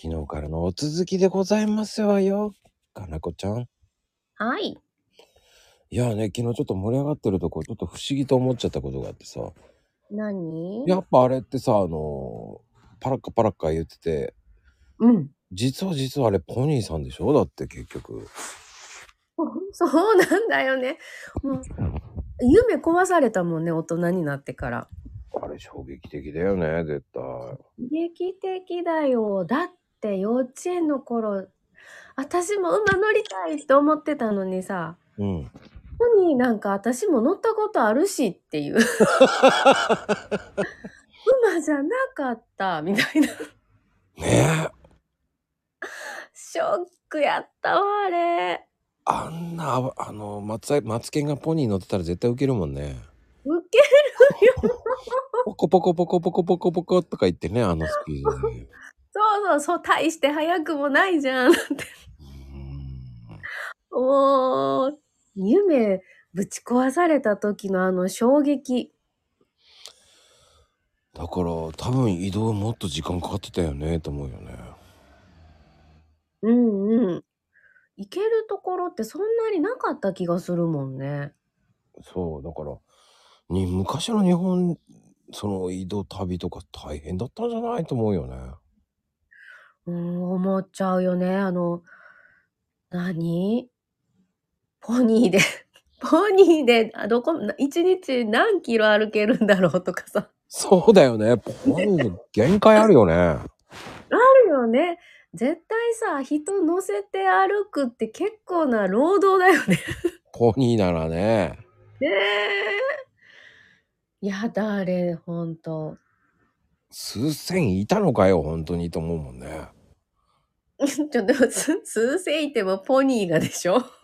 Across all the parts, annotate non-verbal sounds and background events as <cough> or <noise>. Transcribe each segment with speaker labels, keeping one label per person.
Speaker 1: 昨日からのお続きでございますわよ。かなこちゃん。
Speaker 2: はい。
Speaker 1: いやね、昨日ちょっと盛り上がってるとこ、ちょっと不思議と思っちゃったことがあってさ、
Speaker 2: 何
Speaker 1: やっぱあれってさ、あのー、パラッカパラッカ言ってて、
Speaker 2: うん。
Speaker 1: 実は実はあれポニーさんでしょだって結局。
Speaker 2: <laughs> そうなんだよね。もう、夢壊されたもんね、大人になってから。
Speaker 1: あれ衝撃的だよね、絶対。
Speaker 2: 劇的だよ。だって幼稚園の頃、私も馬乗りたいって思ってたのにさ、
Speaker 1: うん。
Speaker 2: ポニーなんか私も乗ったことあるしっていう。馬じゃなかった、みたいな。
Speaker 1: ねえ。
Speaker 2: ショックやったわ、あれ。
Speaker 1: あんな、ああの、松江、松ケンがポニー乗ってたら絶対ウケるもんね。
Speaker 2: ウケる
Speaker 1: ポコポコポコポコポコポコとか言ってね、あのスピードでね。
Speaker 2: そうそうそう、大して速くもないじゃん。
Speaker 1: うん
Speaker 2: おー、夢ぶち壊された時のあの衝撃。
Speaker 1: だから多分移動もっと時間かかってたよねと思うよね
Speaker 2: うんうん。行けるところってそんなになかった気がするもんね。
Speaker 1: そうだからに昔の日本その移動旅とか大変だったんじゃないと思うよね
Speaker 2: うん、思っちゃうよね。あの、何ポニーで、 <laughs> ポニーで、あどこ、一日何キロ歩けるんだろうとかさ。
Speaker 1: そうだよねポニー限界あるよね
Speaker 2: あるよね。絶対さ、人乗せて歩くって結構な労働だよね。
Speaker 1: ポニーならね
Speaker 2: ねえ。やだ、あれ、ほんと。
Speaker 1: 数千いたのかよ本当にと思うもんね
Speaker 2: ちょっとでも、 <laughs> す数千いてもポニーがでしょ <laughs>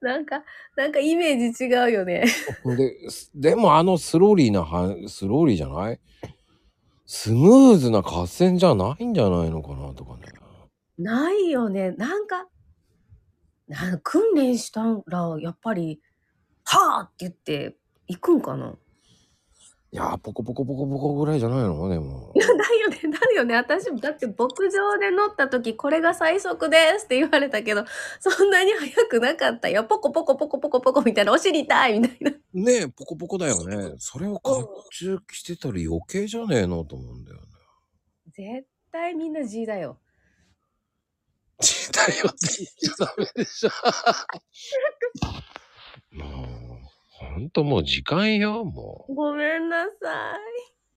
Speaker 2: なんか、なんかイメージ違うよね。
Speaker 1: うんですでもあのスローリーなはスローリーじゃないスムーズな合戦じゃないんじゃないのかなとかね
Speaker 2: ないよね。なんか、なん訓練したら、やっぱり、はぁって言って、行くんかな <laughs>
Speaker 1: いやー、ポコポコポコポコぐらいじゃないのでも。
Speaker 2: だよね、だよね。私も、だって牧場で乗った時、これが最速ですって言われたけど、そんなに速くなかったよ。ポコポコポコポコポコみたいな、お尻痛いみたいな。
Speaker 1: ねえ、ポコポコだよね。それを甲冑着てたら余計じゃねえのと思うんだよね。
Speaker 2: 絶対みんな G だよ。
Speaker 1: 時代はついちゃダメでしょ。 <laughs> もう、ほんともう時間よ、も
Speaker 2: ごめんなさい。